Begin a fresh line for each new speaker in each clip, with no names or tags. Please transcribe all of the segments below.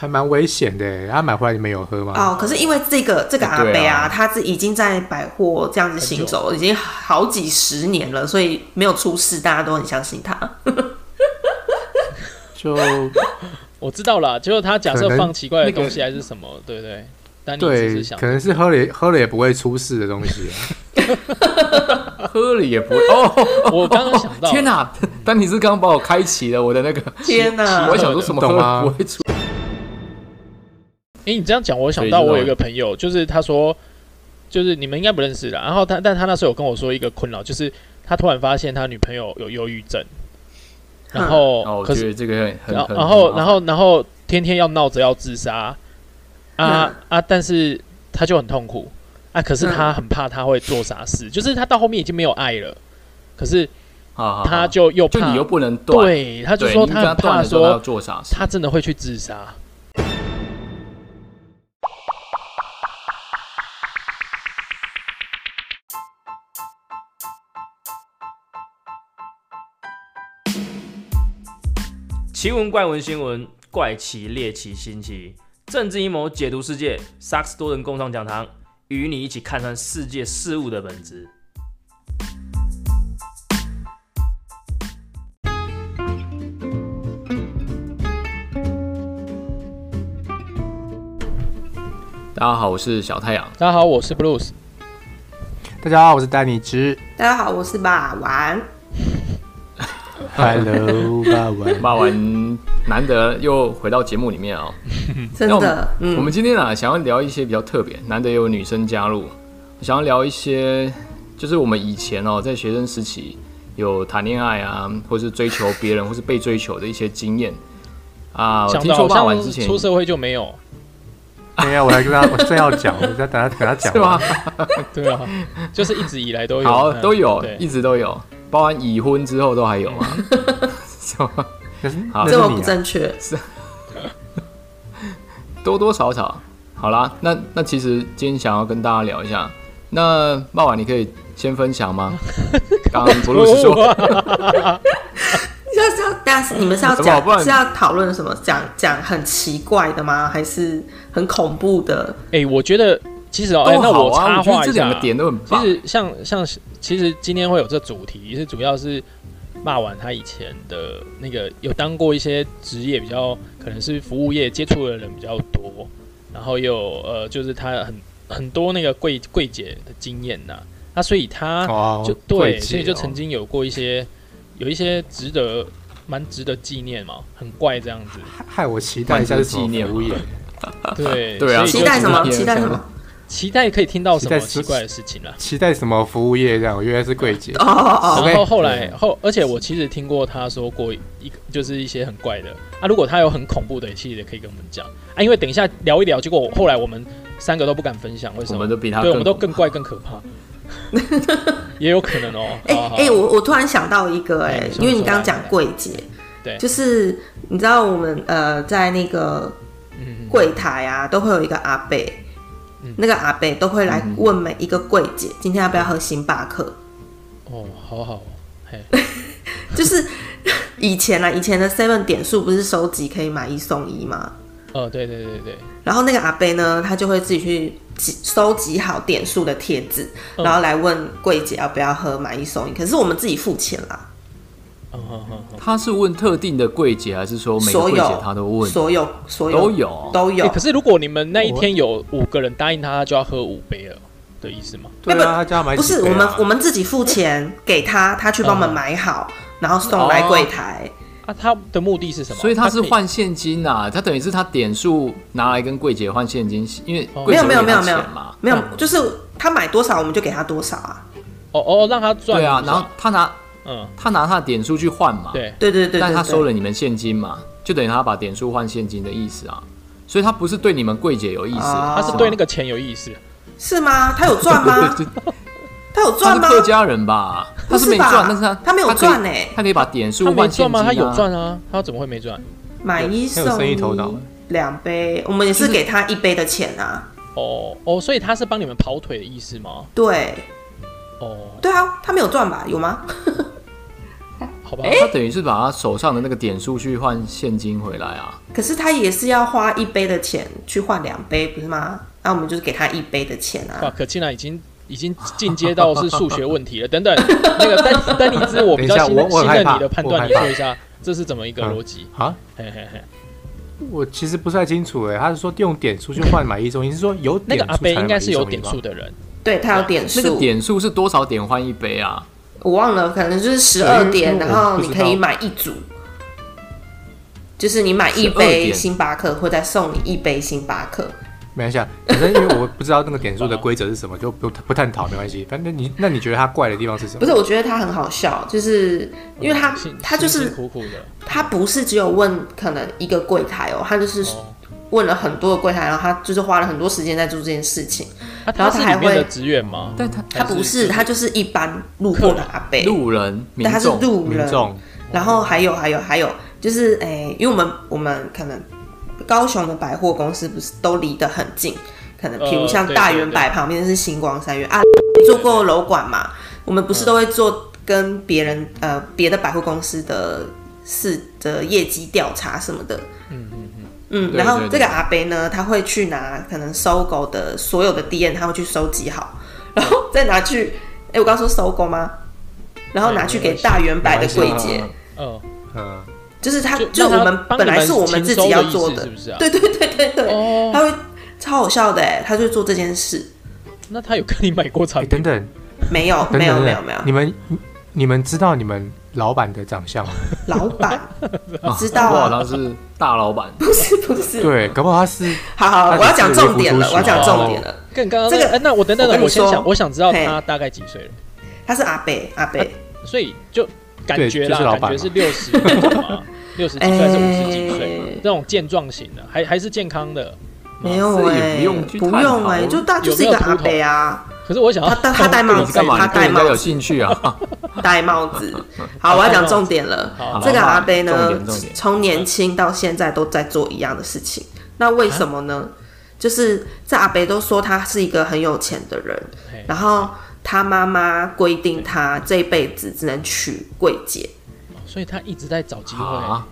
还蛮危险的。他买回来你们有喝吗？
哦，可是因为这个这个阿
啊对
贝
啊
啊，他是已经在百货这样子行走，已经好几十年了，所以没有出事，大家都很相信他。
就
我知道啦，就是他假设
可能
放奇怪的
那个
东西还是什么，对不对？但你只
对
是，想
可能是喝了也喝了也不会出事的东西啊。啊
喝了也不会哦。
我刚刚想到
天哪、丹尼斯刚刚把我开启了我的那 个，
天哪
我！还想说什么喝
懂
了
吗
不会出，
诶，你这样讲，我想到我有一个朋友，就是他说，就是你们应该不认识的。然后他，但他那时候有跟我说一个困扰，就是他突然发现他女朋友有忧郁症，然后、
哦，我
可
觉
是，
得这个很很
然后然
很
后
很
然后然后天天要闹着要自杀，啊、
嗯
啊，但是他就很痛苦啊，可是
嗯
他很怕他会做傻事，就是他到后面已经没有爱了，可是
好好好
他就又
就
怕，
你又不能断，对，
对，他就说
你
他
跟他
很
断
怕
的时候他要
说
做啥事？
他真的会去自杀。
奇闻怪闻新闻，怪奇猎奇新奇，政治阴谋解读世界，萨克斯多人共创讲堂，与你一起看穿世界事物的本质。
大家好，我是小太阳。
大家好，我是 Bruce。
大家好，我是丹尼之
大家好，我是马
嗯
丸。
，Hello，爸爸。
骂完难得又回到节目里面啊、
真
那我们
的，
我
嗯，
们今天啊，想要聊一些比较特别，难得有女生加入，想要聊一些就是我们以前哦，在学生时期有谈恋爱啊，或是追求别人，或是被追求的一些经验啊。我
想
听
到
说
好
骂完之
像
前
出社会就没有，
没有，我还跟他，我正要讲，我在等他等他讲
是
完。
吗？
对啊，就是一直以来都有，
好，
嗯
都有，
对
一直都有，包含已婚之后都还有啊。 是吗？
那是
好
那
嗯这么
是
不
你啊，
正确。
多多少少。好啦，那那其实今天想要跟大家聊一下，那茂婉你可以先分享 吗？刚刚不露是说，
要是要，但是你们是要
怎么不然
讲是要讨论什么？讲讲很奇怪的吗？还是很恐怖的？
哎、我觉得其实哦、哎、
都
那
好
我
啊，
插
我觉
话
得这
一下
两
啊，
个点都很
其
棒。
实像像其实今天会有这主题，是主要是骂完他以前的那个有当过一些职业比较可能是服务业接触的人比较多，然后又呃就是他很很多那个柜柜姐的经验呐、那所以他
哦，
就
柜
对，
姐
所以就曾
哦
经有过一些有一些值得蛮值得纪念嘛，很怪这样子，
害我期待一下是什么
蛮值得纪念
服务业
嘛
对
对啊
所以就
期待什么？
是
期待什么？
期待可以听到什么
期待
奇
是
怪的事情啦。
期待什么服务业这样？原来是柜 姐，
哦哦哦，
然
OK
后后来后，而且我其实听过他说过一个，就是一些很怪的啊。如果他有很恐怖的，其实也可以跟我们讲啊。因为等一下聊一聊，结果我后来我们三个都不敢分享，为什
我
么？
们都比他
对，我们都
更
更怪更可怕， 也有可能 哦。
哎
好好好
哎，我我突然想到一个
哎
哎
你，说
因为你刚刚
你说
讲
来
柜姐，
对
就是你知道我们呃在那个
嗯
柜台啊，都会有一个阿贝
嗯，
那个阿贝都会来问每一个柜姐今天要不要喝星巴克，
哦，好好，嘿，
就是以前啊，以前的 Seven 点数不是收集可以买一送一吗？
哦，对对对对，
然后那个阿贝呢，他就会自己去集收集好点数的贴纸，
嗯
然后来问柜姐要不要喝买一送一。可是我们自己付钱啦，
嗯哼哼哼。
他是问特定的柜姐，还是说每个
所
柜姐
有
他都问？
所有所有
都有
都有
哎，可是如果你们那一天有五个人答应他，他就要喝五杯了的意思吗？
对
要不
啊，他家买
不
几
是
杯
我
啊
们我们自己付钱给他，他去帮我们
嗯
买好，然后送来柜台。
啊，他的目的是什么？
所以他是
可
换现金呐、啊，他等于是他点数拿来跟柜姐换现金，因为
哦
没
柜姐
有没有
会
没
给
有
他
没有
钱嗯嘛，
没有，就是他买多少我们就给他多少啊。
哦哦，让他赚
对啊，
是不
然
是
后他拿
嗯，
他拿他的点数去换嘛，
对，
对对对对
但
对，
他收了你们现金嘛，就等于他把点数换现金的意思啊，所以他不是对你们柜姐有意思，
哦
他是对那个钱有意思。
是吗？他有赚 吗？
对
他有
他
赚
是
吗？
客家人吧？他
不
是
是
没
吧
赚，但是他
他没有
可以
赚欸
他可以把点
他
数
没
换
赚
现金
吗？
啊
他有赚啊，他怎么会没赚？
买一
很有
送
生意
一
头脑，
两杯，我们也是给他一杯的钱啊。
哦哦，所以他是帮你们跑腿的意思吗？
对
哦，
对啊，他没有赚吧？有吗？
好吧？
他等于是把他手上的那个点数去换现金回来啊。
可是他也是要花一杯的钱去换两杯，不是吗？那我们就是给他一杯的钱
哇，
啊。
可竟然已经已经进阶到是数学问题了。等等， 那个丹丹尼兹，我比较
等一下
信
我我
信
很害
任
怕
你的判
我很害
断，你
怕
说一下这是怎么一个逻辑？
啊，
嘿嘿嘿，
我其实不太清楚哎，他是说用点数去换买一送一，是说有
那
点
个
数
阿贝
才
应该
买
是
一
有
送一
点
吧
数的人，
对他有点数，
那个点数是多少点换一杯啊？
我忘了，可能就是十
对因
二
为
点，
因为
然
我
后
不
你
知
可以
道
买一组，就是你买一
12
杯
点
星巴克，会再送你一杯星巴克。
没关系啊，反正因为我不知道那个点数的规则是什么，就不不探讨，没关系。反正你那你觉得它怪的地方是什么？
不是，我觉得他很好笑，就是因为他
辛
他就
哦嗯辛
是
辛苦苦的。
他不是只有问可能一个柜台哦，他就是
哦
问了很多的柜台，然后他就是花了很多时间在做这件事情。然
啊他
后他
是
还
里面的
会
职员吗？
但他
他不是，他就是一般路过的阿伯，
路人民
但他是
众
路
民
人，
众
然后还有还有还有，就是诶、因为我们我们可能高雄的百货公司不是都离得很近，可能比如
呃
像
对
大
对
圆
对
百旁边是星光三月啊，做过楼管嘛，我们不是都会做跟别人呃别的百货公司的事的业绩调查什么的。嗯，
对
然后
对
这
对
个阿伯呢，他会去拿可能搜狗的所有的 D N，他会去收集好，然后再拿去，哎、我刚说搜狗吗？然后拿去给大圆百的柜姐，
嗯，
嗯，
就是他，
就
就
让
我
他
们
帮
本
你
来
们
是我们
勤
自
收
己要
的意
做
思
的
是，不是啊？
对对对对对，
哦
他会超好笑的哎，他就做这件事，
那他有跟你买过产
哎，等
品
等
没有
等等
没有
等
没有
等
没有，
你们你们知道你们老板的长相吗？
老板
啊
知道
哇，
啊，
他是大 老板，
不是不是，
对，搞不好他是
好好，
他
我要
只是
讲重点了，
微服出席
我要讲
哦
重点了，
跟刚刚
这
那
个
哎那我等等
我跟
等，
你
我先
说
想，我想知道
嘿
他大概几岁了，
他是阿贝阿贝，
所以就感觉
对就
啦，
是老板嘛
感觉是六十 六十几岁还是五十几岁
哎
这种健壮型的，还还是健康的。
没有
这也
哎，
不用去
不
探
用
讨
哎，就大就是一
有
个
没有
阿
秃头
贝啊，
可是我想要
他戴他戴帽
你
子，
干嘛？
他
你对
戴
人家
帽
有
子
兴 趣啊？
戴帽子，好，我要讲重点了。
好
这个阿贝
重
呢
点重，点
从年轻到现在都在做一样的事情。那为什么呢？就是这阿贝都说他是一个很有钱的人
嘿，
然后他妈妈规定他这辈子只能娶贵姐。
所以他一直在找机会。
啊，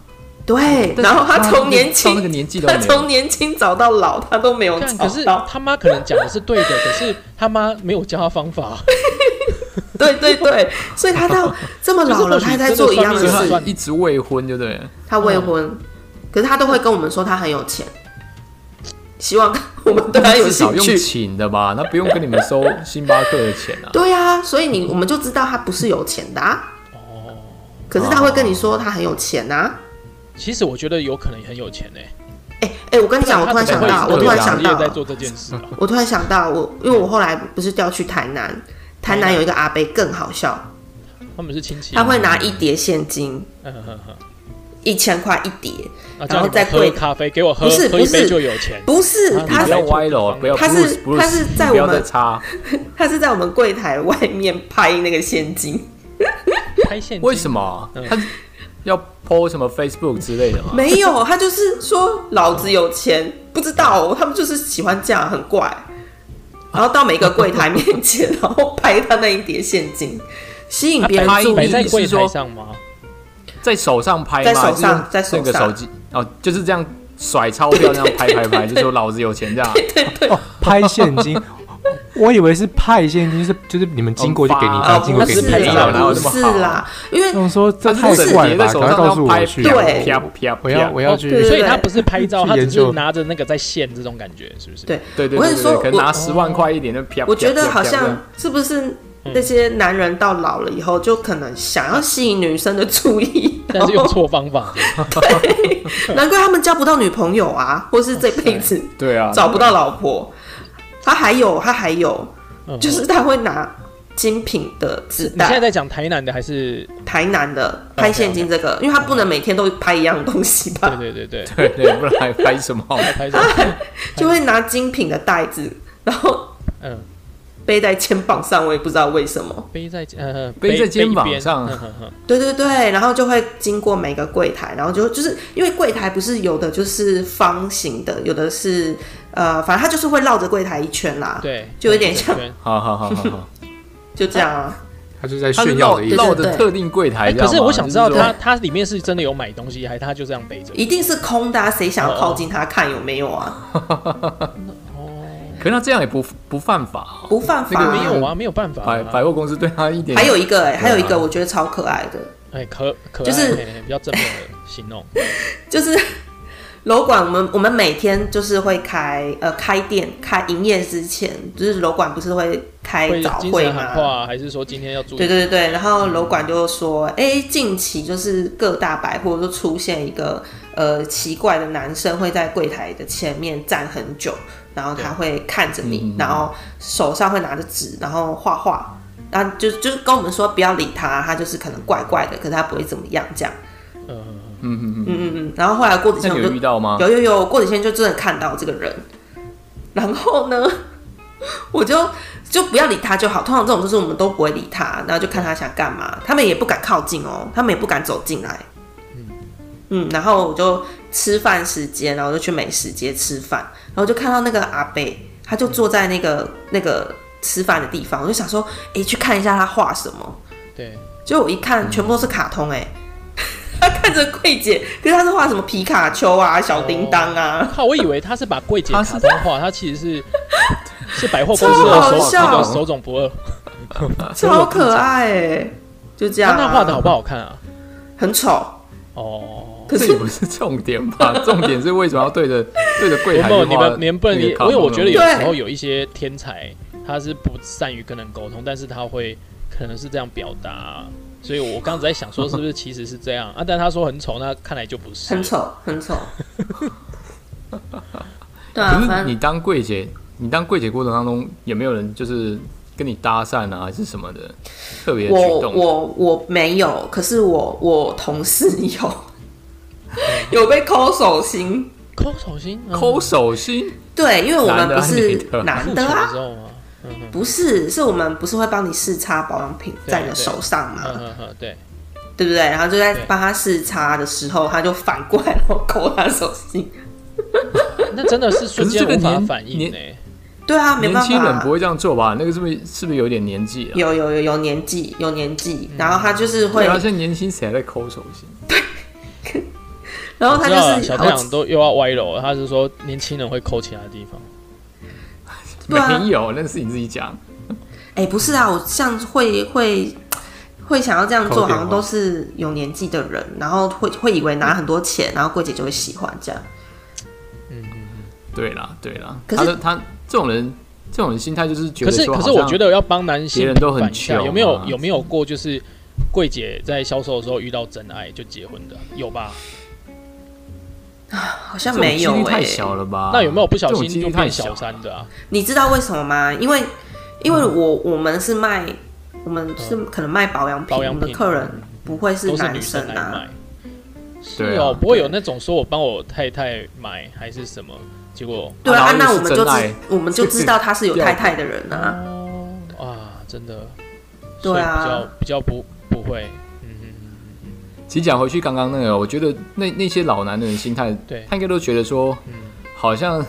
对，
但是
然后他从年
到那个
轻，
年纪都没
他
有
从年轻找到老，他都没有
但
找
可是
到。
他妈可能讲的是对的，可是他妈没有教他方 法。
对对对，所以他到这么老了，
就是或许
他还在做一样的
真的
所
事。
算命
以他
算
一直未婚，对不对？
他未婚，可是他都会跟我们说他很有钱，希望我们对他啊有
至少
兴
用
趣。
请的吧，他不用跟你们收星巴克的钱啊。
对啊，所以你我们就知道他不是有钱的、啊。可是他会跟你说他很有钱啊。
其实我觉得有可能很有钱诶、
哎、哎、我跟你讲，我突然想到，
啊他怎么会
我突然
有
想
职业在
到，
做这件事啊。
我突然想到，我因为我后来不是调去台南，台南有一个阿伯更好笑，
他们是亲戚，
他会拿一叠现金，
嗯哼哼哼，
一千块一叠，
啊
然
叫
后
你
再
们
跪
喝咖啡给我喝，
不是
喝
不
一
是
杯就有钱。
不是
啊
他
你不
是
要歪了哦，不要
他是
Bruce, Bruce,
他是在
你不要
我们
再插。
他是在我们柜台外面拍那个现金，
拍现金
为什？么？他要 PO 什么 Facebook 之类的吗？
没有， 他就是说老子有钱，不知道哦、他们就是喜欢这样，很怪。然后到每个柜台面前，然后拍他那一叠现金，吸引别人
拍
注
摆
意。
在柜
是说
台上吗？
在手上拍
在
吗？
手
还是
上
用
在手
那个
上
手机哦，就是这样甩钞票，这样拍拍 拍，就说老子有钱这样。
哦，拍现金， 我以为是派现金，就是就是你们经过就给你一
哦
张，经
不
过给
是
你一张
拍照哪
啦，
有
哦不
那么好
是啦，因为
他们说这
他
太
是整
怪
叠
了
在
吧，
手
赶快
上这
告
样
诉
拍，哦
我去，
对对
啪啪啪，
我要我要去
哦对
所以他不是拍照，
去
他只
研
是
究
拿着那个在现这种感觉，是不是？
对
对对
我跟
对
你
对
说
对，可能
我
拿十万块一点就啪。
我觉得
啪啪
好
啪这
像
样
是不是那些男人到老了以后，就可能想要吸引女生的注意，
但是
然
用
后
错方
哦
法，
难怪他们交不到女朋友啊，或是这辈子
对啊，
找不到老婆。他还有，他还有，
嗯
就是他会拿精品的纸
你现在
袋，
在讲台南的还是？
台南的拍现金这个，因为他不能每天都拍一样东西
对
吧，
对对对，
对 对，不然还拍什么？
拍照，
啊就会拿精品的袋子，然后
嗯，
背在肩膀上，我也不知道为什么。
背在呃
背在肩膀上
背一边嗯哼哼
对对对，然后就会经过每个柜台，然后就就是因为柜台不是有的就是方形的，有的是呃，反正他就是会绕着柜台一圈啦，
对，
哎
就有点像
对
好好好好好，
就这样啊。
他就是在
它是
炫耀
绕
的意思。
绕
对
的
对
特定柜台
哎，
这样
可
吗，
是我想知道
就是说
他他里面是真的有买东西，还是他就这样背着？
一定是空的、啊，谁想要靠近它看有没有啊？
可是他这样也不不犯法哦、
不犯法、
没有啊，没有办法
百
啊。
百货公司对他一点
还有一个、哎，还有一
对
个
啊
我觉得超可爱的，
哎，可可爱
就是
哎比较正面的形容。
就是 楼管，我们我们每天就是会开呃开店开营业之前，就是楼管不是会开
会
哎早
精
会
神喊
吗？
话，还是说今天要注意？
对对对对，然
嗯
后楼管就说，哎，近期就是各大百货都出现一个呃奇怪的男生会在柜台的前面站很久，然后他会看着
嗯
你，然后手上会拿着纸，然后画画，然后就就是跟我们说不要理他，他就是可能怪怪的，可是他不会怎么样这样，
嗯，
嗯嗯嗯，
嗯嗯嗯，然后后来过几
那
天我们
你
就
有遇到吗？
有有有，过几天就真的看到这个人，然后呢， 我就就不要理他就好。通常这种就是我们都不会理他，然后就看他想干嘛，他们也不敢靠近哦，他们也不敢走进来。嗯，然后我就吃饭时间，然后就去美食街吃饭，然后就看到那个阿贝，他就坐在那个那个吃饭的地方，我就想说，诶，去看一下他画什么。
对，
结果我一看，全部都是卡通哎、 他看着柜姐，可是他是画什么皮卡丘啊、小叮当啊，
靠，我以为他是把柜姐
他
卡
是
通化，他其实是 是百货公司
超
的
好
手那
笑
个手冢不二。
超可爱哎、就这样、
哦那
啊。
他画的好不好看啊？
很丑，
哦，
可
这
是
也不是重点吧？重点是为什么要对着对着柜台
没有，
去
你
画
们你们不能理
那
解，
个卡
因
通
为我觉得有
对
时候有一些天才，他是不善于跟人沟通，但是他会可能是这样表达。所以我刚才在想说，是不是其实是这样啊？但他说很丑，那看来就不是。
很丑，很 丑。对啊
可，是
反
你
正
当柜姐，你当柜姐过程当中，有没有人就是跟你搭讪啊，还是什么的特别的举
我
动？
我我没有，可是我我同事有 有被抠手心。
抠手心，嗯
抠手心，
对，因为我
啊
们不是
男
男
复
的
仇的
啊
时，候吗？嗯
不是，是我们不是会帮你试擦保养品在你的
对对
手上吗？
嗯嗯嗯，对，
对不对？然后就在
对
帮他试擦的时候，他就反过来然后抠他手心。
那真的是瞬间
可是这个
无法
年
反应欸
年
呢。
对啊，没
年
办
轻人
法
不，会这样啊做吧？那个是不是是不是有点年纪了？
有有有有年纪，有年纪，然后他就是会
对，啊，现在年轻谁还在抠手心？
然后他
知道
就
了，
是
小太阳都又要歪楼了，他是说年轻人会抠其他地方。
对啊
没有，那是你自己讲。
哎、不是啊，我像会会会想要这样做，
抠
好
电
像
话
都是有年纪的人，然后会会以为拿很多钱，然后柜姐就会喜欢这样。
对啦，对啦，
可
他
是
的他这种人，这种人心态就是觉
可
得
是
说，
可是我觉
得
得要帮男性
别人都很
反一下
穷
有没有
啊
有没有过就是柜姐在销售的时候遇到真爱就结婚的啊有吧？
好像
这种
没
几
有
率
哎、
太小了吧？
那有没有不小
这种
心
几
就
率太
变
小
小
了
三的啊？
你知道为什么吗？因为因为我我们是卖，我们是可能卖保养品，
保养
我们
品
的客人不会是
都是
男
女
生
生来
啊。
买。是
对啊
哦，不会有那种说我帮我太太买还是什么，结果
对
啊
啊，
然
那
后
我
又是
们就
真爱
知我们就知道他是有太太的人啊。
哦啊，真的，
对啊
所以比较比较不不会，嗯嗯嗯，
其实讲回去刚刚那个，我觉得那那些老男人的心态，
对
他应该都觉得说，
嗯
好像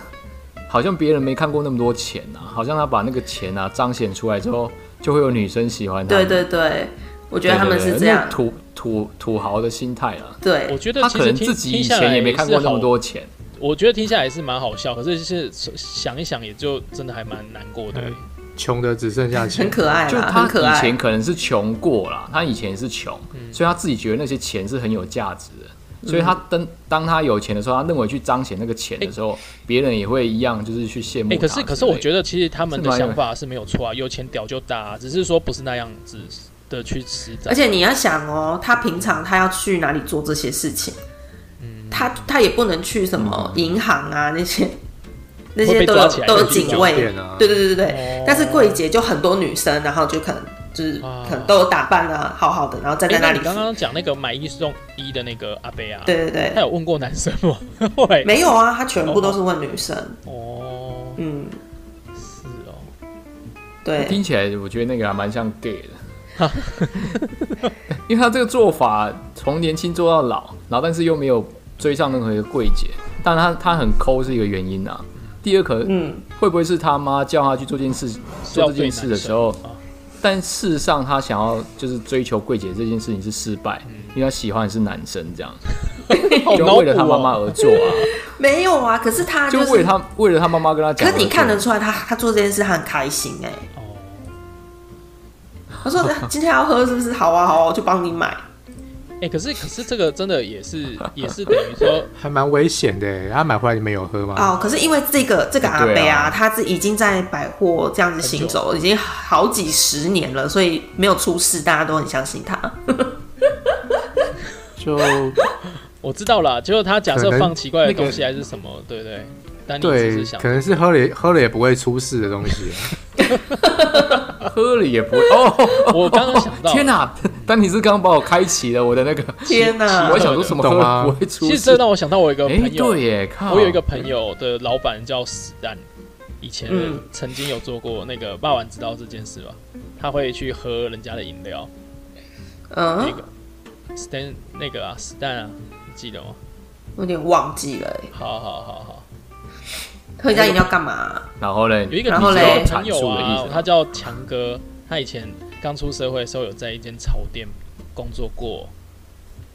好像别人没看过那么多钱啊，好像他把那个钱啊彰显出来之后，就会有女生喜欢他。
对对对，我觉得他们
嗯对对
是
对
这样
那。土土土豪的心态啊。
我
对，
觉得
他
其
可
实
能
听
自己
听
以
下
前
来
也没看
是
过那
好
么多钱，啊
我觉得听下来是蛮好笑，可是是想一想也就真的还蛮难过的。
嗯穷的只剩下
很
钱，
可爱
就
啦，哎很
他
可
以
爱
前。可能是穷过啦，他以前是穷，
嗯
所以他自己觉得那些钱是很有价值的，所以他当当他有钱的时候，他认为去彰显那个钱的时候，别人也会一样，就是去羡慕
哎、可
他之类的。
是可是我觉得其实他们的
是蛮有
想法是没有错啊，有钱屌就大、啊，只是说不是那样子的去施展。
而且你要想哦，他平常他要去哪里做这些事情？他他也不能去什么银行啊那些，那
会
些
被
都
抓
有
起来
都有
就是
警
酒
卫。
店啊
对对对对对
哦。
但是柜姐就很多女生，然后就可能就是
啊
可能都有打扮啊，好好的，然后站
哎
在那
那
里
你。刚刚讲那个买一送一的那个阿贝啊，
对对对，
他有问过男生吗？ 后来
没有啊，他全部都是问女生。
哦，
嗯，
是哦，
对。
听起来，我觉得那个还蛮像 gay 的， 因为他这个做法从年轻做到老，然后但是又没有追上任何一个柜姐，但他他很抠是一个原因啊。第二可
嗯，
会不会是他妈叫他去做这件事
是要
做这
对
件
男
事
生
的时候，
啊，
但事实上，他想要就是追求柜姐这件事情是失败，因为他喜欢的是男生这样，
好
就
脑补
为了他妈妈
嗯哦。
而做啊，
没有啊，可是他
就是为了他为了他妈妈跟他
可
讲而
是
做。
你看得出来他，他做这件事他很开心哎、
哦
他说 今天要喝是不是？好啊好啊，我就帮你买。
哎、可是可是这个真的也是 也是等于说，
还蛮危险的。他买回来你们有喝吗？
哦，可是因为这个这个阿
对
贝啊，
啊
他是已经在百货这样子行走，已经好几十年了，所以没有出事，大家都很相信他。
就
我知道啦，结果他假设
可能
放奇怪的东西
那
还是什么，对不对？但你只
对
是，想
可能是喝了也喝了也不会出事的东西。
喝了也不会 哦，
我刚刚想到，
天哪、丹尼斯刚刚把我开启了我的 那个，
天哪
我！想说什么
懂
喝
吗。
了不会出
啊其实
事
这？让我想到我有一个
哎，
朋友，啊
对耶，
嗯
靠，
我有一个朋友的老板叫死蛋，以前
嗯
曾经有做过那个霸王知道这件事吧？他会去喝人家的饮料，那
嗯，
个 Stan 那个啊，死蛋啊，你记得吗？
我有点忘记了、欸，
好好好好，
喝人家饮料干嘛、
然后呢，
有一个
然
女
后
生
嘞
的朋
阐
友
述的意
啊
思，
他叫强哥，他以前刚出社会的时候有在一间草店工作过，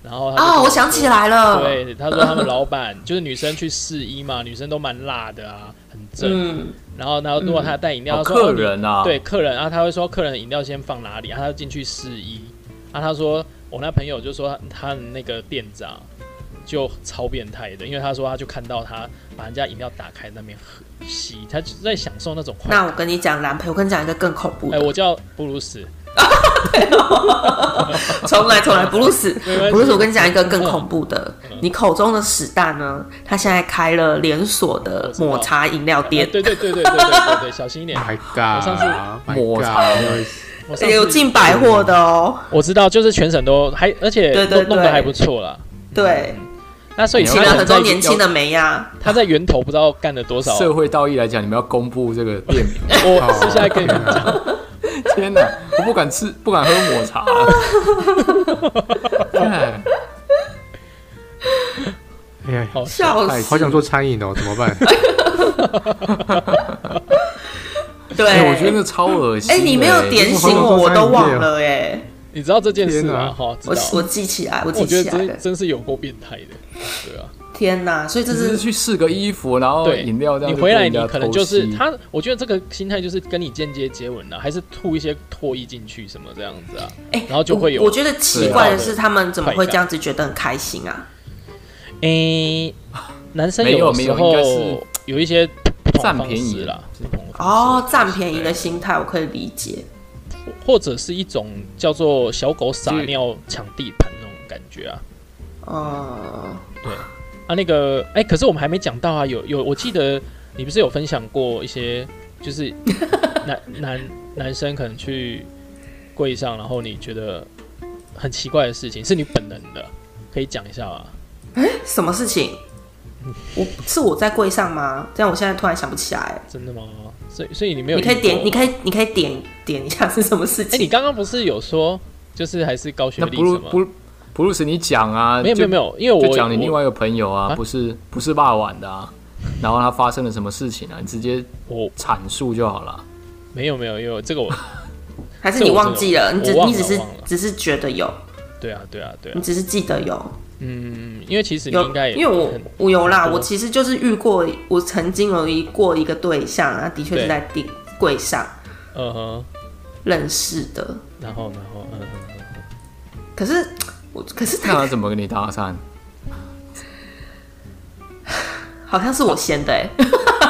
然后他就跟
哦，我
说
想起来了，
对，他说他们老板 就是女生去试衣嘛，女生都蛮辣的啊，很正。
嗯，
然后，然后如果他带饮料，
哦
他说
客、
哦
人啊，
你对客人，然后他会说客人饮料先放哪里，啊然后他就进去试衣。然后他说我那朋友就说他他那个店长就超变态的，因为他说他就看到他把人家饮料打开那边喝吸，他就是在享受那种快
那
感。
我跟你讲蓝培，我跟你讲一个更恐怖
哎、
的，
我叫布鲁斯，
重来重来，布鲁斯，
没关系嗯
布鲁斯，我跟你讲一个更恐怖的，你口中的屎蛋呢？他现在开了连锁的抹茶饮料
哎
店，
对对对对对对对对，小心一点
My 啊
哎
上
God，
次
my
抹
God，
茶
Oh 我上次
有进百货的哦，
我知道，就是全省都还，而且
对对
都弄
对
得还不错啦。
对，
那所以
请
他
了
可
很
能
多
在
年轻的啊梅呀，
哎
他在源头不知道干了多少。
社会道义来讲，你们要公布这个 店名。
我
哦
私下跟你们讲，
天哪，我不敢吃，不敢喝 抹茶、 看
哎呀，
好
笑
哎
死，
好想做餐饮哦，怎 么办？
哎、
对，
我觉得那超恶心的、
哎，你没有点醒我，我都忘了哎，
你知道这件事
天
吗？
哪
哈，知
我我
道。
记起来，我记
我觉
起
得
来
真
了，
真是有够变态的，对啊，
天哪！所以这
只是
是
去试个衣服，然后
对
哦饮料这样
你
就
回
被
来
人家
你可能
偷
就是
袭，
他，我觉得这个心态就是跟你间接接吻啊了、还是吐一些唾液进去什么这样子啊，
哎，
然后就会有
我我觉得奇怪的是，他们怎么会这样子觉得很开心啊？
诶、男生
没有
时
没有应该
候
是
有一些不同
占
方
便宜啊
式啦，不同方
哦，占便宜的心态我可以理解，
或者是一种叫做小狗撒尿抢地盘那种感觉啊
哦，
啊那个哎、可是我们还没讲到啊，有有我记得你不是有分享过一些就是 男男男生可能去柜上，然后你觉得很奇怪的事情，是你本能的，可以讲一下吗？
什么事情？我是我在柜上吗？这样我现在突然想不起来。
真的吗？所以所以你没有
你可以
遇过
点，你可以，你可以点点一下是什么事
哎、你
情？
刚刚不是有说就是还是高学
那
历
布鲁
什么？
布布鲁斯，你讲啊，
没有没有没
有，
有，因为我
就讲你另
我
外一个朋友啊，
啊
不是不是霸晚的啊，然后他发生了什么事情啊，你直接
我
阐述就好 了。
没有没有，因为这个我
还是你忘记了？
这
你只
我我忘了
你只是
忘了
只是觉得有，
对啊对啊对啊
你，只是记得有
嗯，因为其实你
有
应该，也
因为我
很
我有啦，
很多
我其实就是遇过，我曾经有一过一个对象啊，的确
对
是在订柜上
嗯哼，
认识的，
然后然后嗯哼，
可是我可是
那
他
他怎么跟你搭 讪？
好像是我先的哎、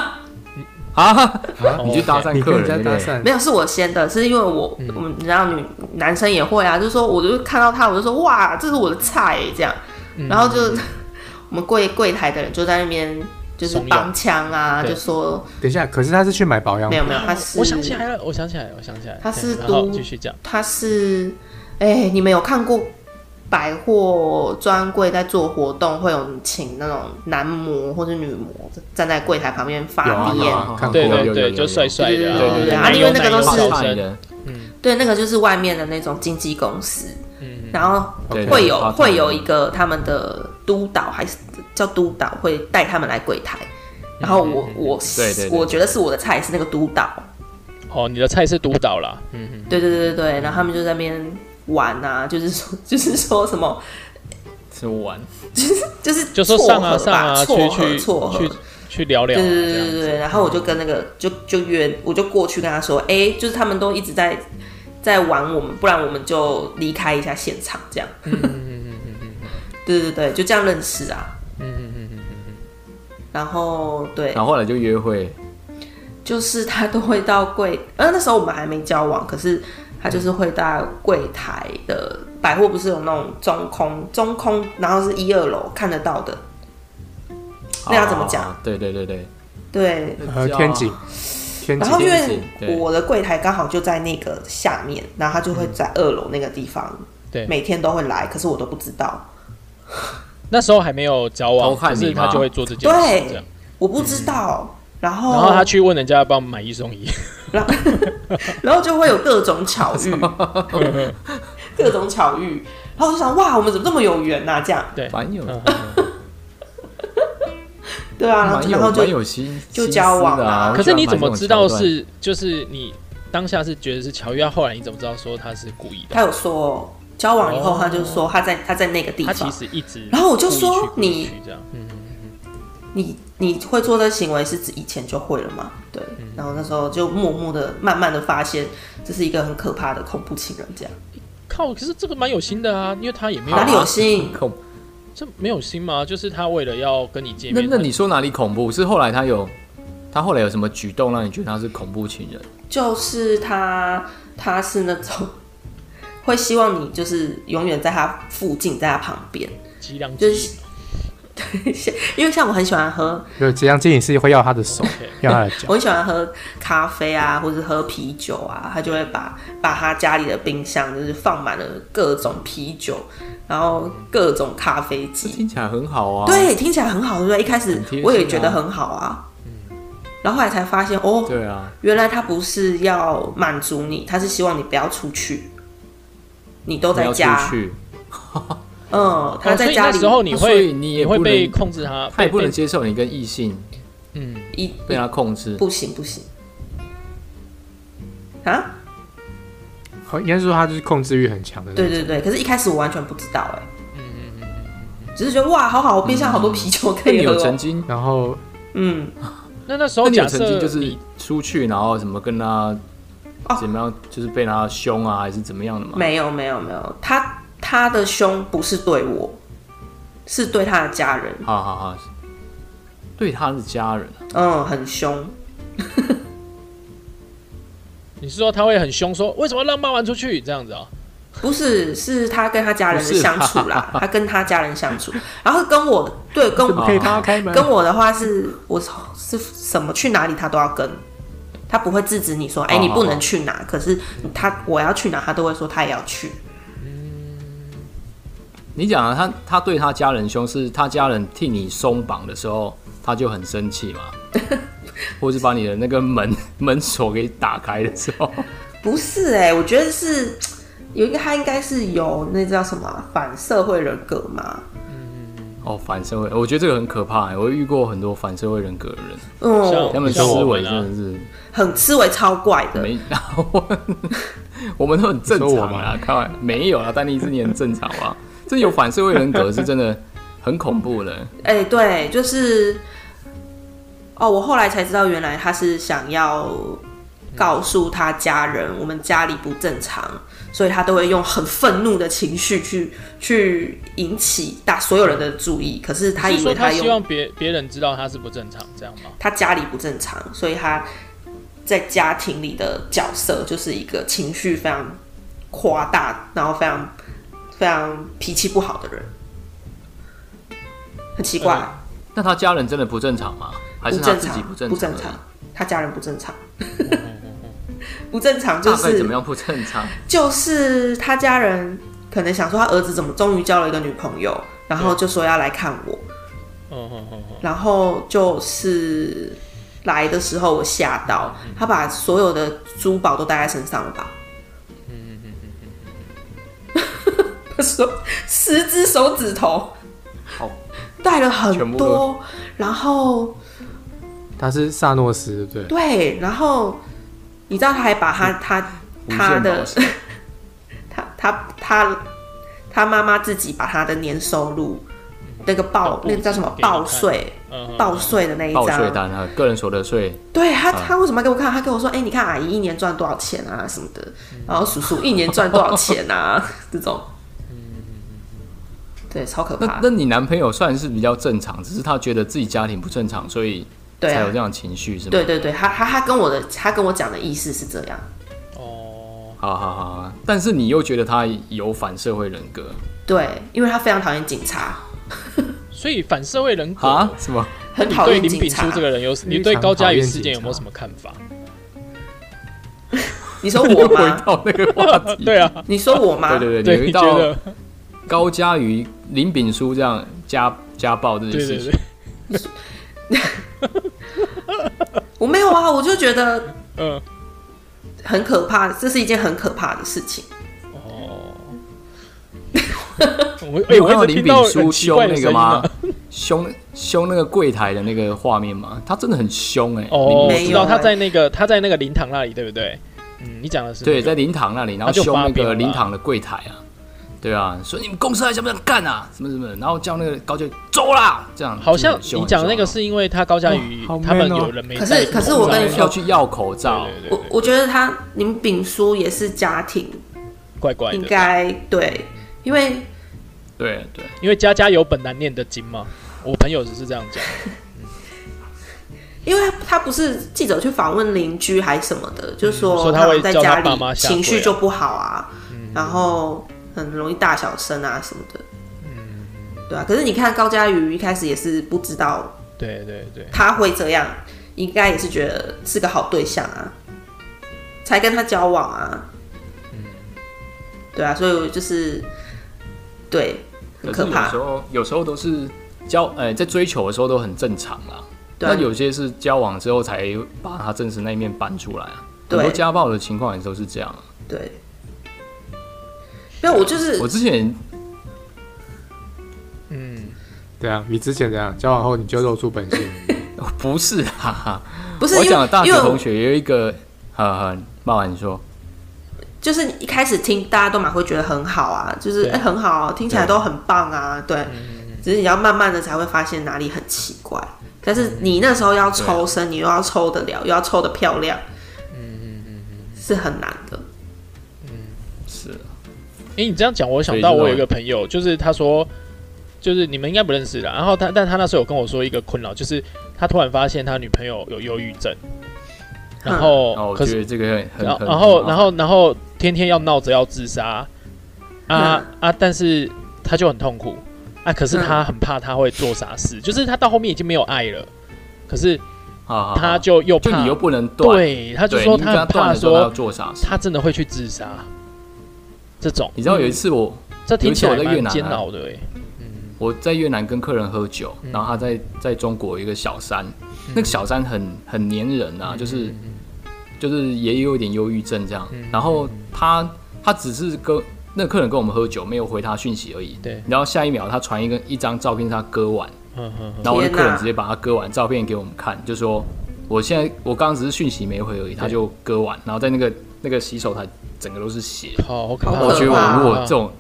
啊，
啊
你去搭
你
讪
跟
客
人家
人
搭
对
讪，
没有，是我先的，是因为我，
嗯
我们你知道女男生也会啊，就是说，我就看到他，我就说哇，这是我的菜这样，
嗯
然后就、 我们柜柜台的人就在那边就是
怂恿
帮腔
嗯
啊，
对
就说
等一下，可是他是去买保养
没
品
有，没有，他是
我想起来了，我想起来了，我想起来了，
他是
对然后
都
继续讲，
他是哎、你们有看过百货专柜在做活动会有请那种男模或者女模站在柜台旁边
有
发
啊有
烟？
啊，看过
对
哦有
对
有有
对，
有
就帅帅的
对
啊，
对对
对
对
啊因为那个都是
奶油
搭
男
讪
优
的，
对，那个就是外面的那种经纪公司，
嗯
然后
对
会
对
有
花坛
会有一个他们的督导还是叫督导会带他们来柜台，
嗯
然后我我
对对对
我觉得是我的菜是那个督导，
哦，你的菜是督导啦，嗯嗯，
对对对对对，然后他们就在那边玩啊，就是说 就是说什么，
是玩，
就是
就说
撮
上啊
合
上
吧，
啊，
撮
去
合
去
撮合
去，去聊聊
对
啊，
对
这样
对对
子嗯
对，然后我就跟那个就就约，我就过去跟他说，哎、就是他们都一直在在玩我们，不然我们就离开一下现场这样。
嗯
对对对，就这样认识啊。
嗯
然后对，
然后后来就约会，
就是他都会到柜，呃，那时候我们还没交往，可是他就是会到柜台的百货，不是有那种中空中空，然后是一二楼看得到的，那要怎么讲
啊？对对对对，
对，
呃，天井，
嗯
啊
天
然
井
后因
几
为
间对
我的柜台刚好就在那个下面，然后他就会在二楼那个地方，
对
每天都会来，可是我都不知道，
那时候还没有交
偷
往，
看
可
你
是他
吗
就会做这件事
对
这样。
我不知道。然后，
嗯然后他去问人家要帮我们买一送一，
哦
然后就会有各种巧遇，各种巧遇。然后我就想，哇，我们怎么这么有缘呐、啊这样，
对，
蛮有
嗯嗯嗯
对啊，然后
蛮有
然后就
蛮有心，
就交往啊
啊。
可是你怎么知道
我喜欢
是就是你当下是觉得是巧遇，啊后来你怎么知道说他是故意的？
他有说交往以后，他就说他在他在那个地
哦他其
方，
实一直，
然后我就说你
这样，嗯，
你你会做这行为是指以前就会了吗？对，然后那时候就默默的、慢慢的发现这是一个很可怕的恐怖情人，这样
靠，可是这个蛮有心的啊，因为他也没有
哪里有心？
蛮恐，
这没有心吗？就是他为了要跟你见
那
面，
那
他
你说哪里恐怖？是后来他有他后来有什么举动让你觉得他是恐怖情人？
就是他他是那种会希望你就是永远在他附近，在他旁边，
激量
就
计
是因为像我很喜欢喝
就这样，建议是会要他的 手，要他的脚
我。很喜欢喝咖啡啊，或者喝啤酒啊，他就会把把他家里的冰箱就是放满了各种啤酒，然后各种咖啡
这
机。
听起来很好啊。，
对，听起来很好，对不对？一开始
很贴心啊
我也觉得很好啊，然后后来才发现哦，
对啊，
原来他不是要满足你，他是希望你不要出去，你都
你
在
要出
家，
去，
嗯，他在家
哦所以那
里
时候你
所以
会
你
你
也
会
不
被
能，
控制他，
他
被
也不能
被
接受你跟异性
嗯，
一
被他控制。
不行不行啊，
好应该是说他就是控制欲很强的那
对
种。
对对，可是一开始我完全不知道哎、只是觉得哇，好好，我冰箱好多啤酒可
那你
以喝、
有曾
哦。
经，
然后
嗯，
那那时
那
候
你有
假
曾
设
经就是出去，然后什么跟他
哦
怎么样，就是被他凶啊，还是怎么样的嘛？
没有没有没有，他他的凶不是对我，是对他的家人，
好好好，对他的家人，啊
嗯，很凶。
你是说他会很凶说为什么要让妈玩出去这样子啊？
不是，是他跟他家人的
不是吧
相处啦，他跟他家人相处，然后跟我对跟
怎么
我
可以帮他开门？
跟我的话是，我是什么去哪里他都要跟，他不会制止你说，哎、
哦
你不能去哪，可是他我要去哪，他都会说他也要去，
你讲啊，他他对他家人凶，是他家人替你松绑的时候，他就很 生气嘛，或是把你的那个门 门锁给打开的时候，
不是哎、我觉得是有一个他应该是有那叫什么啊反社会人格嘛，
哦，反社会，我觉得这个很可怕、欸我遇过很多反社会人格的人，
嗯，
他们思
像我
维
们啊
真的是。
很思维超怪的，
没， 我我们都很正
你说我
常啊
吗，
开玩没有啊，丹尼斯你很正常啊，这有反社会人格是真的很恐怖的，
哎、对，就是，哦，我后来才知道，原来他是想要告诉他家人，我们家里不正常，所以他都会用很愤怒的情绪去去引起大所有人的注意。可是他
是
以
说
为
他希
用
望别别人知道他是不正常这样吗？
他家里不正常，所以他在家庭里的角色就是一个情绪非常夸大，然后非常非常脾气不好的人，很奇怪。
嗯
那他家人真的不正常吗？还是
不
他
正
自己
常，
不正
不
常而
正
已？
常，他家人不正常，
嗯
不正常就
大概怎么
是
样不正常？
就是他家人可能想说他儿子怎么终于交了一个女朋友，然后就说要来看我，
嗯嗯嗯嗯，
然后就是来的时候我吓到，
嗯
他把所有的珠宝都带在身上了吧？
嗯
他说十只手指头
好，
带了很
全部
多，然后
他是萨诺斯，对不对？
对，然后你知道他还把他他
无
他
限
的
保守。
他他他他妈妈自己把他的年收入那个报
公布
那个叫什么
哦给你看
报税
嗯，
报税的那一
报税
张，
单啊，个人所得税，
对他
啊
他为什么要给我看？他跟我说，哎，你看阿姨一年赚多少钱啊什么的，然后叔叔一年赚多少钱啊这种，
嗯
对，超可
那
怕
那，你男朋友算是比较正常，只是他觉得自己家庭不正常，所以
对
才有
啊
这，样的情绪，是吗？
对对对，他他他跟我的他跟我讲的意思是这样，
哦，
好好好好，但是你又觉得他有反社会人格
对，因为他非常讨厌警察，
所以反社会人格。
啊？什么？
很
你
讨
对
厌
林
警
炳
察
书。这个人有，你
非
对
常
高嘉
讨
瑜
厌
事件
警
有没有
察
什么看法？
嗯
你说我
回
吗？
到那个话题。
对啊，
你说我吗？
对对对，
对，
回
你
到
觉得？
高嘉瑜、林炳书这样家家暴这件
对
事
对
情，
对，
我没有啊，我就觉得
嗯，
很可怕，这是一件很可怕的事情。
哦，我
你
哎，
有看
我一直
林
听到
炳
很
书
奇怪
凶
的
那
声
个
音
吗
啊。？
凶凶那个柜台的那个画面吗？他真的很凶哎、
哦，我
林
没
知
有
道他
欸
在那个他在那个灵堂那里，对不对？嗯，你讲的是那
对，
个
在灵堂那里，然后
他就
凶
发
那
飙
个
了
灵堂的柜台啊，对啊，说你们公司还想不想干啊？什么什么的，然后叫那个高就走啦，这样。
好像
就是很啊凶
你讲的那个
很凶
是因为他高佳宇
哦好
他们
man 哦
有人没
可是
戴
可是
口
我跟
罩
你
然后
说
要去要口罩，
对对对
我我觉得他林炳书也是家庭，
怪怪的，
应该对，因为
对对
因为家家有本难念的经嘛。我朋友只是这样讲，
因为他不是记者去访问邻居还什么的，就
嗯说
说
他会
们在
叫他
家
爸妈
里
下跪啊嗯
情绪就不好啊，然后很容易大小声啊什么的。
嗯
对啊，可是你看高佳瑜一开始也是不知道
对对对，
他会这样，应该也是觉得是个好对象啊，才跟他交往啊。
嗯
对啊，所以我就是对，很可
是有
怕
时。候有时候都是交，呃，在追求的时候都很正常啦。
对啊
那有些是交往之后才把他真实那一面搬出来啊。很
对
多家暴的情况也都是这样啊。
对，没有，我就是
我之前
嗯，
对啊，你之前怎样交往后你就露出本 性，
不是啊，
不是
我
因
讲的
为
大学
因为
同
我
学有一个，呃，呵冒完你说，
就是一开始听大家都蛮会觉得很好啊，就是
对
哎、很好啊、听起来都很棒啊，
嗯
对。只是你要慢慢的才会发现哪里很奇怪，但
嗯
是你那时候要抽身，你又要抽得了，
啊
又要抽得漂亮，
嗯
是很难的。
是
哎、你这样讲，我想
对
到
就是
我有
那
一个朋友，就是他说，就是你们应该不认识的。然后他，但他那时候有跟我说一个困扰，就是他突然发现他女朋友有忧郁症，然后、
然嗯哦后我
哦可
觉
是，
得这个很
然后
很很，
然后
很
然后然后天天要闹着要自杀，
嗯
啊、啊，但是他就很痛苦啊，可
嗯
是他很怕他会做傻事，就是他到后面已经没有爱了，可是
好好好
他就又
啊就
怕，
你又不能断，
对，他就
对，
说
你跟
他很
断
怕
的时候他要
说
做啥事？
他真嗯的会去自杀，这种。
你知道有一次我
这听起来蛮煎
有一次
熬的哎、
我在越南跟客人喝酒，
嗯
然后他在在中国有一个小山，那个小山很很黏人
嗯
啊，就是就是也有一点忧郁症这样。
嗯
然后他他只是跟那个客人跟我们喝酒，没有回他讯息而已。
对
然后下一秒他传一个一张照片是他割腕，
嗯嗯嗯，
然后我的
天
客人
哪
直接把他割完照片给我们看，就说我现在我刚刚只是讯息没回而已，他就割完，然后在那个那个洗手台整个都是血。
好好可怕！
好
我觉得
可怕
我如果
啊
这种，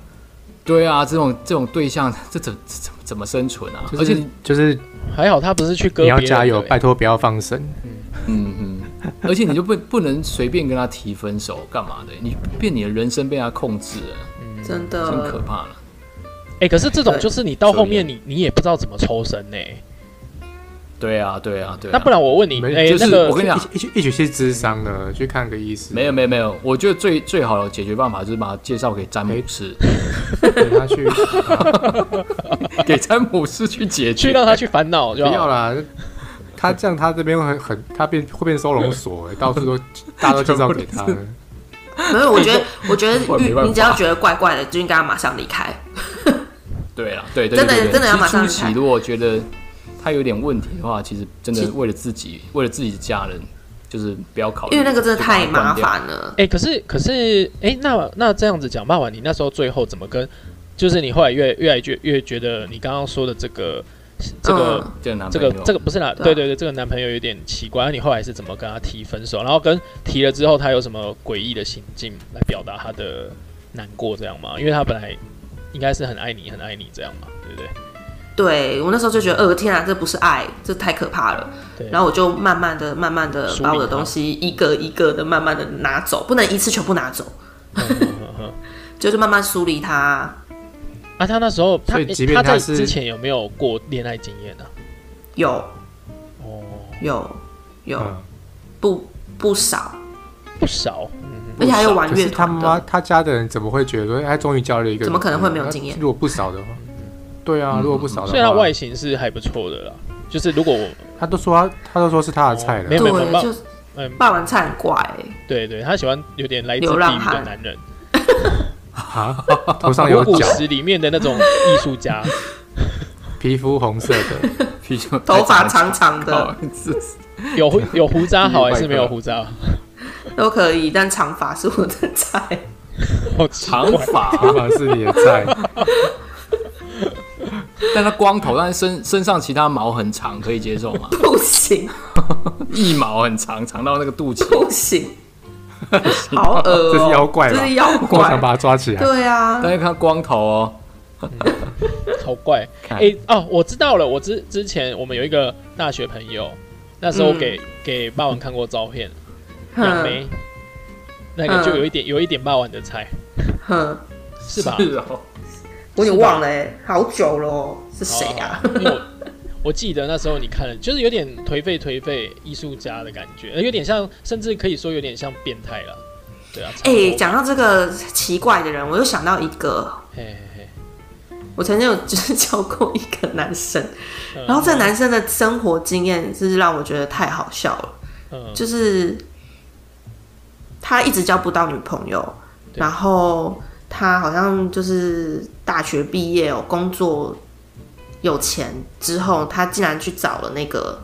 对啊，这种这种对象，这怎这怎么怎么生存啊？
就
而且
是
你，
就是
还好他不是去割
你
别人
要
的，欸
加油，
对
拜托不要放生。
嗯嗯，而且你就不不能随便跟他提分手，干嘛的？你变你的人生被他控制了，
真
嗯真可
的，
怕了。
哎，可是这种
对
就是你到后面你你也不知道怎么抽身呢。
对啊，对啊，对啊。
那不然我问你，
没
哎
就，是
那个
我跟你讲
一起一起去智商呢，去看个医师，
没有没有没有，我觉得最最好的解决办法就是把他介绍给詹
哎
姆斯，
给他去
给詹姆斯去解决。
去让他去烦恼就
不要
好。
啦。他这样，他这边会很很，他变会变收容 所，到处都大家都介绍给他。
没有，我觉 得，我觉得
我也没
遇
办法
你只要觉得怪怪的，就应该要马上离开。
对啦，对对
真的
对对对
真的要马上
其实初期
看
如果觉得他有点问题的话，其实真
其
的为了自己，为了自己的家人，就是不要考虑，
因为那个真的
就把它
太麻
关掉。
烦了。
哎，可是可是哎，那那这样子讲，爸爸，你那时候最后怎么跟？就是你后来越越来越越觉得你刚刚说的这个这个、
嗯
这个男
这
朋
个
友，
这个不是啦，
对啊
对对对，这个男朋友有点奇怪，那你后来是怎么跟他提分手？然后跟提了之后，他有什么诡异的行径来表达他的难过这样吗？因为他本来应该是很爱你，很爱你这样嘛，对不对？
对我那时候就觉得，呃，天啊，这不是爱，这太可怕了。
对
然后我就慢慢的、慢慢的
梳理
把我的
它
东西一个一个的、慢慢的拿走，不能一次全部拿走，
嗯嗯嗯嗯
就是慢慢梳理它。
啊，他那时候他
所以即便
他在
他是
之前有没有过恋爱经验啊呢、
有
哦，
有有、
嗯，
不不少，
不少，嗯，
而且还有玩
可
乐
是他
团
妈
的。
他家的人怎么会觉得说，哎，他终于交了一个，
怎么可能会没有经验
那如果不少的话，对啊，如果不少的
嗯虽然他
话
外，形是还不错的啦，就是如果我
他都说他他都说是他的菜
哦没
了
有，
对，就是
嗯，
霸王菜很怪、欸，
对对，他喜欢有点来自地
流浪
狱的
汉
男人，
头上
博
有
古
角，
时里面的那种艺术 家，
皮肤红色的，
啤酒
头发长长的，
靠这哦是
有胡有胡渣好还是没有胡渣？
都可以，但长发是我的菜。？
好奇怪
长发，
头发是你的菜，
但他光头，但是身身上其他毛很长，可以接受吗
不行
腋毛很长，长到那个肚脐。
不行，好恶哦、
这是妖怪吧
这是妖
我想
怪。
把他抓起来。
对啊，
但是他光头哦，
好怪。
看
哎、哦，我知道了，我之之前我们有一个大学朋友，那时候
嗯
给、给霸王看过照片，杨梅
哼，
那个
嗯
就有一点有一点霸王的菜，
哼，
是吧？
是哦，
我有点忘了、欸，好久了哦、是谁啊？
哦因为我我记得那时候你看了，就是有点颓废颓废艺术家的感觉，呃有点像，甚至可以说有点像变态了。对啊，
哎、
哎，
讲到这个奇怪的人，我又想到一个，
嘿嘿嘿
我曾经有 就是教过一个男生，
嗯
然后这男生的生活经验是让我觉得太好笑了，
嗯
就是他一直交不到女朋友，
对
然后他好像就是大学毕业哦，工作有钱之后，他竟然去找了那个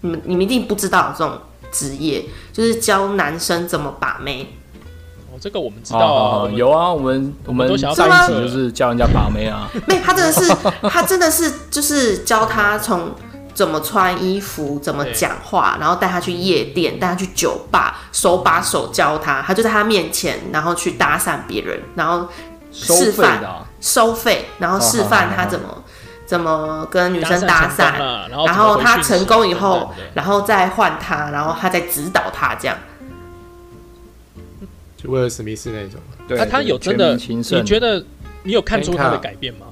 你们你们一定不知道这种职业，就是教男生怎么把妹。
哦，这个我们知道
好好
啊，我
好，
们
有啊，我们我
们
们
都想
上
要
一
当
集
记者
就是叫人家把妹啊，
没，他真的是， 他真的是就是教他从怎么穿衣服，怎么讲话，然后带他去夜店，带他去酒吧，手把手教他，他就在他面前，然后去搭讪别人，然后
收
示
费
范
的啊，
收费，然后示
哦好好
范
好
他怎么怎么跟女生搭讪
搭讪成功了然后，
然
怎么
后
回
他
讯息
成功以
等
后
等的，
然后再换他，然后他再指导他这样。
就威尔史密斯那种，
对，
啊那他有真的？
全民
你
情圣
觉得你有看出他的
看
改变吗？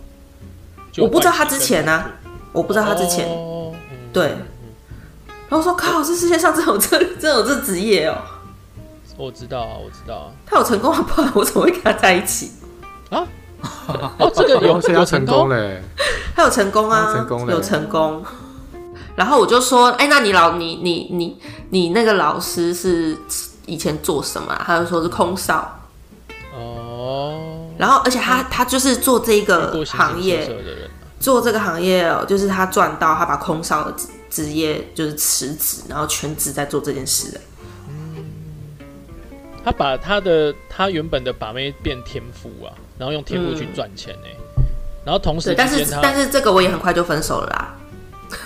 我不知道他之前呢、我不知道他之前，
哦嗯
对然后说靠，这世界上真有这真有这职业哦、
我知道啊，我知道啊。
他有成功吗？不然我怎么会跟他在一起？
哦，这个有
哦所以他
有
成
成
功
功，哎
嘞，
他有成功啊，
他成功了
有成功。然后我就说，哎、那你老你你你你那个老师是以前做什么啊、他就说是空少，
哦，
然后而且他他就是做这个
过形
呃行
形
业，
色色的人啊，
做这个行业哦，就是他赚到，他把空少的职职业就是辞职，然后全职在做这件事。
他把他的他原本的把妹变天赋啊，然后用天赋去赚钱呢、然后同
嗯
时
对，但是
之间
但
他，
是这个我也很快就分手了啦。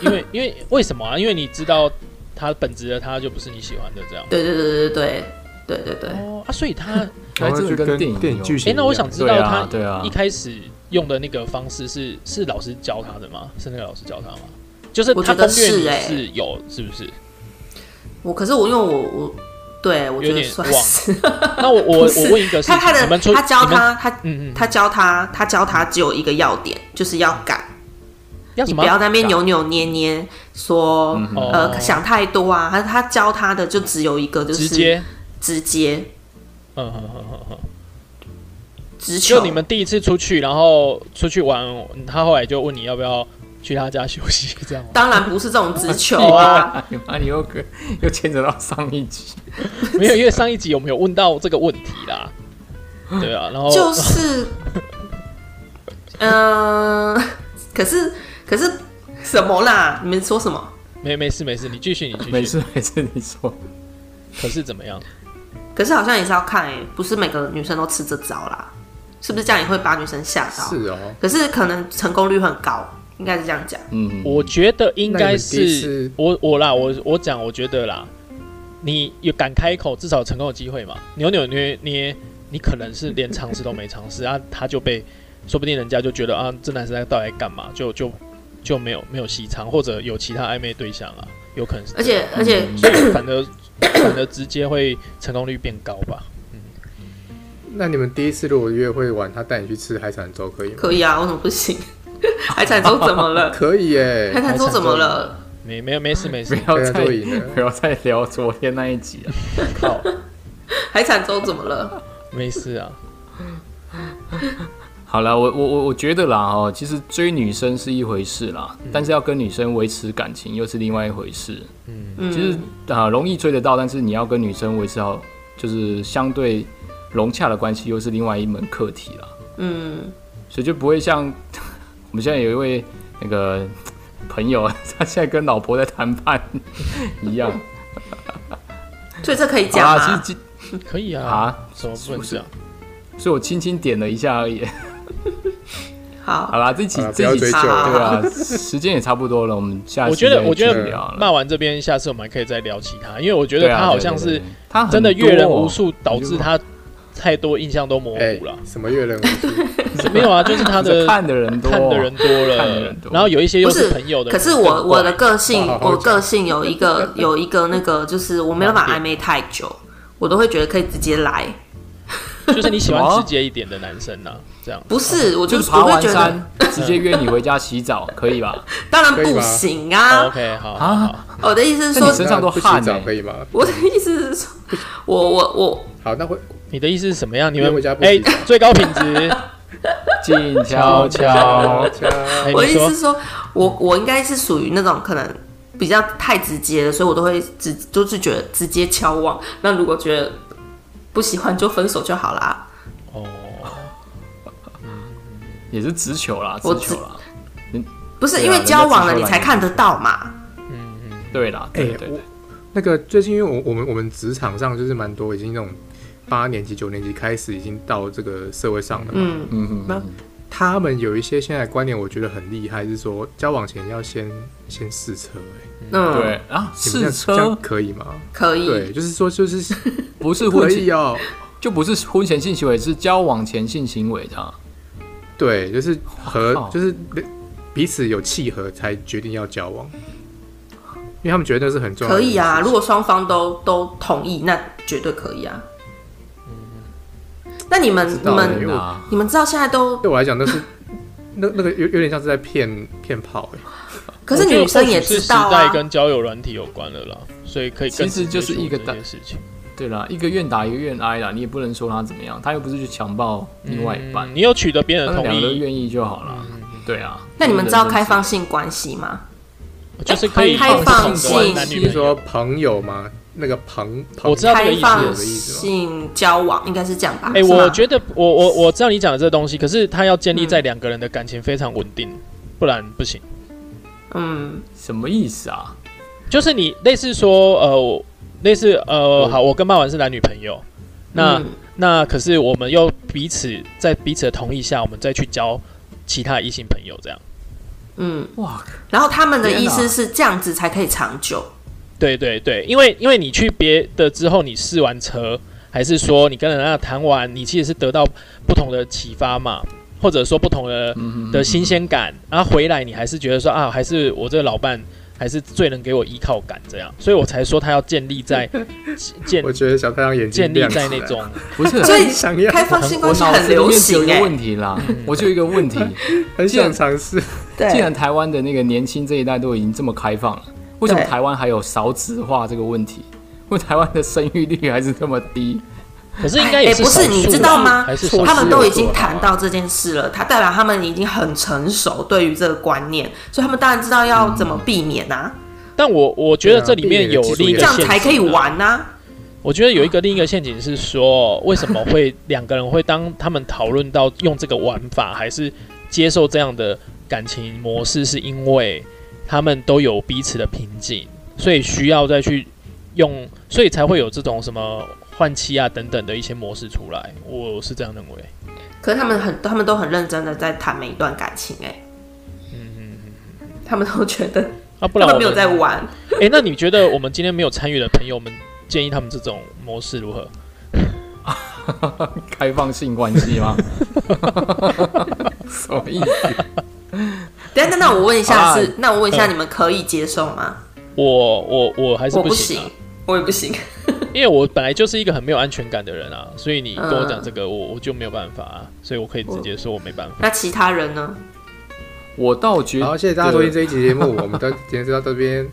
因为因为为什么啊？因为你知道他本质的他就不是你喜欢的这样。
对对对对对对对对
哦啊，所以他
然
哎
后
这
就
个
跟
跟电影
电
有
剧
哎、
情一样。
那我想知道
对
他
啊对啊
一开始用的那个方式是是老师教他的吗？是那个老师教他吗？就是
我
他
觉得
攻略
是
你
欸
是有是不是？
我可是我因为我我对我觉
有
得
点
算
忘
是。
那我我
不是
我问一个 事
他
情，
他
你们出
的他教
你们
他他
嗯嗯，
他教他他教他只有一个要点，就是要敢，
要
你
什
不
么？
要在那边扭扭捏捏说
哦
呃想太多啊。他他教他的就只有一个，就是
直接，
直接
嗯嗯嗯嗯嗯，
直球
就你们第一次出去，然后出去玩，嗯他后来就问你要不要去他家休息，这样 吗？
当然不是这种直球 啊，
你哎妈，你又跟又牵扯到上一集，
没有，因为上一集我们有问到这个问题啦。对啊，然后
就是，嗯、可是可是什么啦？你们说什么？
没没事没事，你继续你继续，
没事没事，你说
可是怎么样？
可是好像也是要看哎、不是每个女生都吃这招啦，是不是这样也会把女生吓到？
是哦，
可是可能成功率很高，应该是这样讲。
嗯，
我觉得应该
那你们第一
是
次
我我啦，我我讲，我觉得啦，你有敢开口，至少有成功的机会嘛。扭扭捏捏，你可能是连尝试都没尝试啊，他就被，说不定人家就觉得啊，这男生在到底在干嘛，就就就没有没有细尝，或者有其他暧昧对象啊，有可能是这
而且
样，
而且，
所以反 而反而直接会成功率变高吧。
那你们第一次如果约会完，他带你去吃海产粥可以吗？
可以啊，为什么不行？ 海产粥怎 么了？
可以耶
海，产粥怎么了？
没没有没事没
不
事，
要
海产
再
粥赢了。
不要再聊昨天那一集了，啊
靠，
海产粥怎么了？
没事啊。
好了，我我我我觉得啦哦，其实追女生是一回事啦，但是要跟女生维持感情又是另外一回事。
嗯，
其实啊、容易追得到，但是你要跟女生维持好，就是相对融洽的关系，又是另外一门课题啦。
嗯，
所以就不会像 我们现在有一位那个朋友， 他现在跟老婆在谈判 一样
所以这可以
好
讲
啦，其实
吗？
今
可以啊，
啊，
怎么不能这样？
所以我轻轻点了一下而已。好
好，
啦，这集
啊不要
这集
追
对
究
好
了。
啊，时间也差不多了，我们下
我
期
觉得
再
我觉得
继续聊了
骂完这边，下次我们还可以再聊其他，因为我觉
对
得
啊
他好
对
像
对对
是
对他
真的
很
阅人
多哦
无数，导致他太多印象都模
哎
糊了，。
什么阅人无数？
是没有啊，就是他
不是
的
看的人多，
看的人多
看的
了
人，多
然后有一些又
不是
朋友的
可
人
是
更怪，
我我的个性
哇，好
我个性有一个有一个那个，就是我没有办法暧昧太久，我都会觉得可以直接来。
就是你喜
什么
欢直接一点的男生呐，这样
不是，我就
就是
我
爬
会
完
觉得，
山直接约你回家洗澡， 可以吧？
当然
可以
不
吧
行啊。
哦
哦
OK 好好
啊
好，
我的意思是
那
说，
你 身上都
不
汗
洗澡
欸
可以吗？
我的意思是说，我我我
好，那会
你的意思是什么样？你
因为
们
我家不
哎
洗澡，
最高品质，
静悄悄
好
好，加
哎
我的意
你
思
说
是说，我我应该是属于那种可能比较太直接的，所以我都会直就是觉得直接敲网。那如果觉得不喜欢就分手就好啦。
哦，
也是直球啦，
我
直球啦。
不是
对啊
因为交往了
人家
你
直说
才看得到嘛？
对啦，
哎
对对
我
对，
那个最近，因为我我们我们职场上就是蛮多已经那种八年级、九年级开始已经到这个社会上了嘛。
嗯，
嗯
那他们有一些现在的观念，我觉得很厉害，是说交往前要先先试车、欸。
嗯，
对啊，
你们这
试
样这
车
样可以吗？
可以。
对，就是说就是
不是
可
婚前
以哦、
就不是婚前性行为，是交往前性行为的啊。
对，就是
靠
和就是彼此有契合才决定要交往，因为他们觉得那是很重要
可
的。
以啊，如果双方都都同意，那绝对可以啊。
嗯
那你们你
道欸
们
因为我
啊，
你们知道现在都，
对我来讲，那是那那个有有点像是在骗骗炮、欸。
可是
我觉得
女生
或许
也
是
知
时
道
代
啊。
跟交友软体有关了啦，所以可以更
其实就
直
是
接
一个
处理
大
这些事情。
对啦，一个愿打一个愿挨啦，你也不能说他怎么样，他又不是去强暴另外一半
嗯，你有取得别人
他
的
们
同
两个都
意，
愿意就好啦。
嗯
对啊，
那你们知道
就是
开放性关系吗？
就是可以
哎开放
不同的
性
男女
你
朋
是说
友。
朋友吗？那个朋朋
我知道这个
开
意
放
思。
性交往应该是这样吧？
哎、
是吗嗯
我觉得我我我知道你讲的这东西，可是它要建立在两个人的感情非常稳定，不然不行。
嗯，
什么意思啊？
就是你类似说，呃，我类似呃，
嗯
好，我跟曼婉是男女朋友，那、
嗯
那可是我们又彼此在彼此的同意下，我们再去交其他异性朋友，这样。
嗯，
哇，
然后他们的
天
意
哪
思是这样子才可以长久。
对对对，因为因为你去别的之后，你试完车，还是说你跟人家谈完，你其实是得到不同的启发嘛，或者说不同的
嗯
的新鲜感，然后回来你还是觉得说啊，还是我这个老伴还是最能给我依靠感这样，所以我才说他要建 立在建
我觉得小太阳眼睛
建立
亮起
在
来
那种，
不 是，
所以
想要
开放性
我
关系
脑
很
子里
流
面只有
行
一个
哎、
问题啦，
嗯
我就有一个问题，
很想尝试。
既
对
然台湾的那个年轻这一代都已经这么开放了，为什么
对
台湾还有少子化这个问题？为什么台湾的生育率还是这么低？
可是应该也
哎不
少
是
数
你
吧
知道吗
还是少数
他们都已经谈到这件事了，他代表他们已经很成熟对于这个观念，所以他们当然知道要怎么避免啊，
嗯但我我觉得这里面有另
对
一个
这
啊
样
陷阱
才可以
啊
玩啊。
我觉得有一个另一个陷阱是说，为什么会两个人会当他们讨论到用这个玩法，还是接受这样的感情模式，是因为他们都有彼此的瓶颈，所以需要再去用，所以才会有这种什么换妻啊等等的一些模式出来。我是这样认为。
可是他们很，他们都很认真的在谈每一段感情哎、
嗯嗯嗯，
他们都觉得
啊，不
他
然
们
我
没有在玩。
哎、那你觉 得我们今天没有参与的朋友们，建议他们这种模式如何？
开放性关系吗？ 什么意思？
等一下，那那我问一下
好啦
是，那我问一下，
嗯
你们可以接受吗？
我我我还是
我
不
不
行,、
行
啊，，
我也不行。
因为我本来就是一个很没有安全感的人啊，所以你跟我讲
嗯
这个，我我就没有办法、啊，所以我可以直接说我没办法。
那其他人呢？
我倒觉
好，
得，
谢谢大家收听这一期节目，我们到今天就到这边，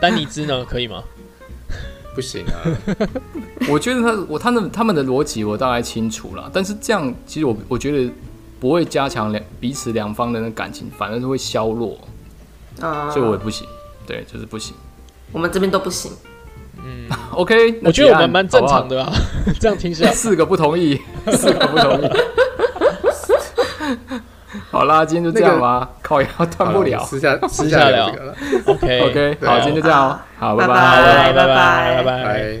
丹尼兹呢，可以吗？
不行 啊，
我觉得他我他们他们的逻辑我大概清楚了，但是这样其实我我觉得不会加强两彼此两方的那感情，反而是会削弱，
嗯，
所以我也不行。对，就是不行。
我们这边都不行。
OK，那
我觉得我
结案
们蛮正常。
好
的啊， 这样听起
不好
来
四个不同意，四个不同意。好啦，今天就这样吧，烤鸭断不了
好。私下私
下
下
聊
聊这个了，
OK
OK，
对
好，
啊
今天就这样哦，好，拜
好
拜。
拜拜拜
拜拜
拜。
拜。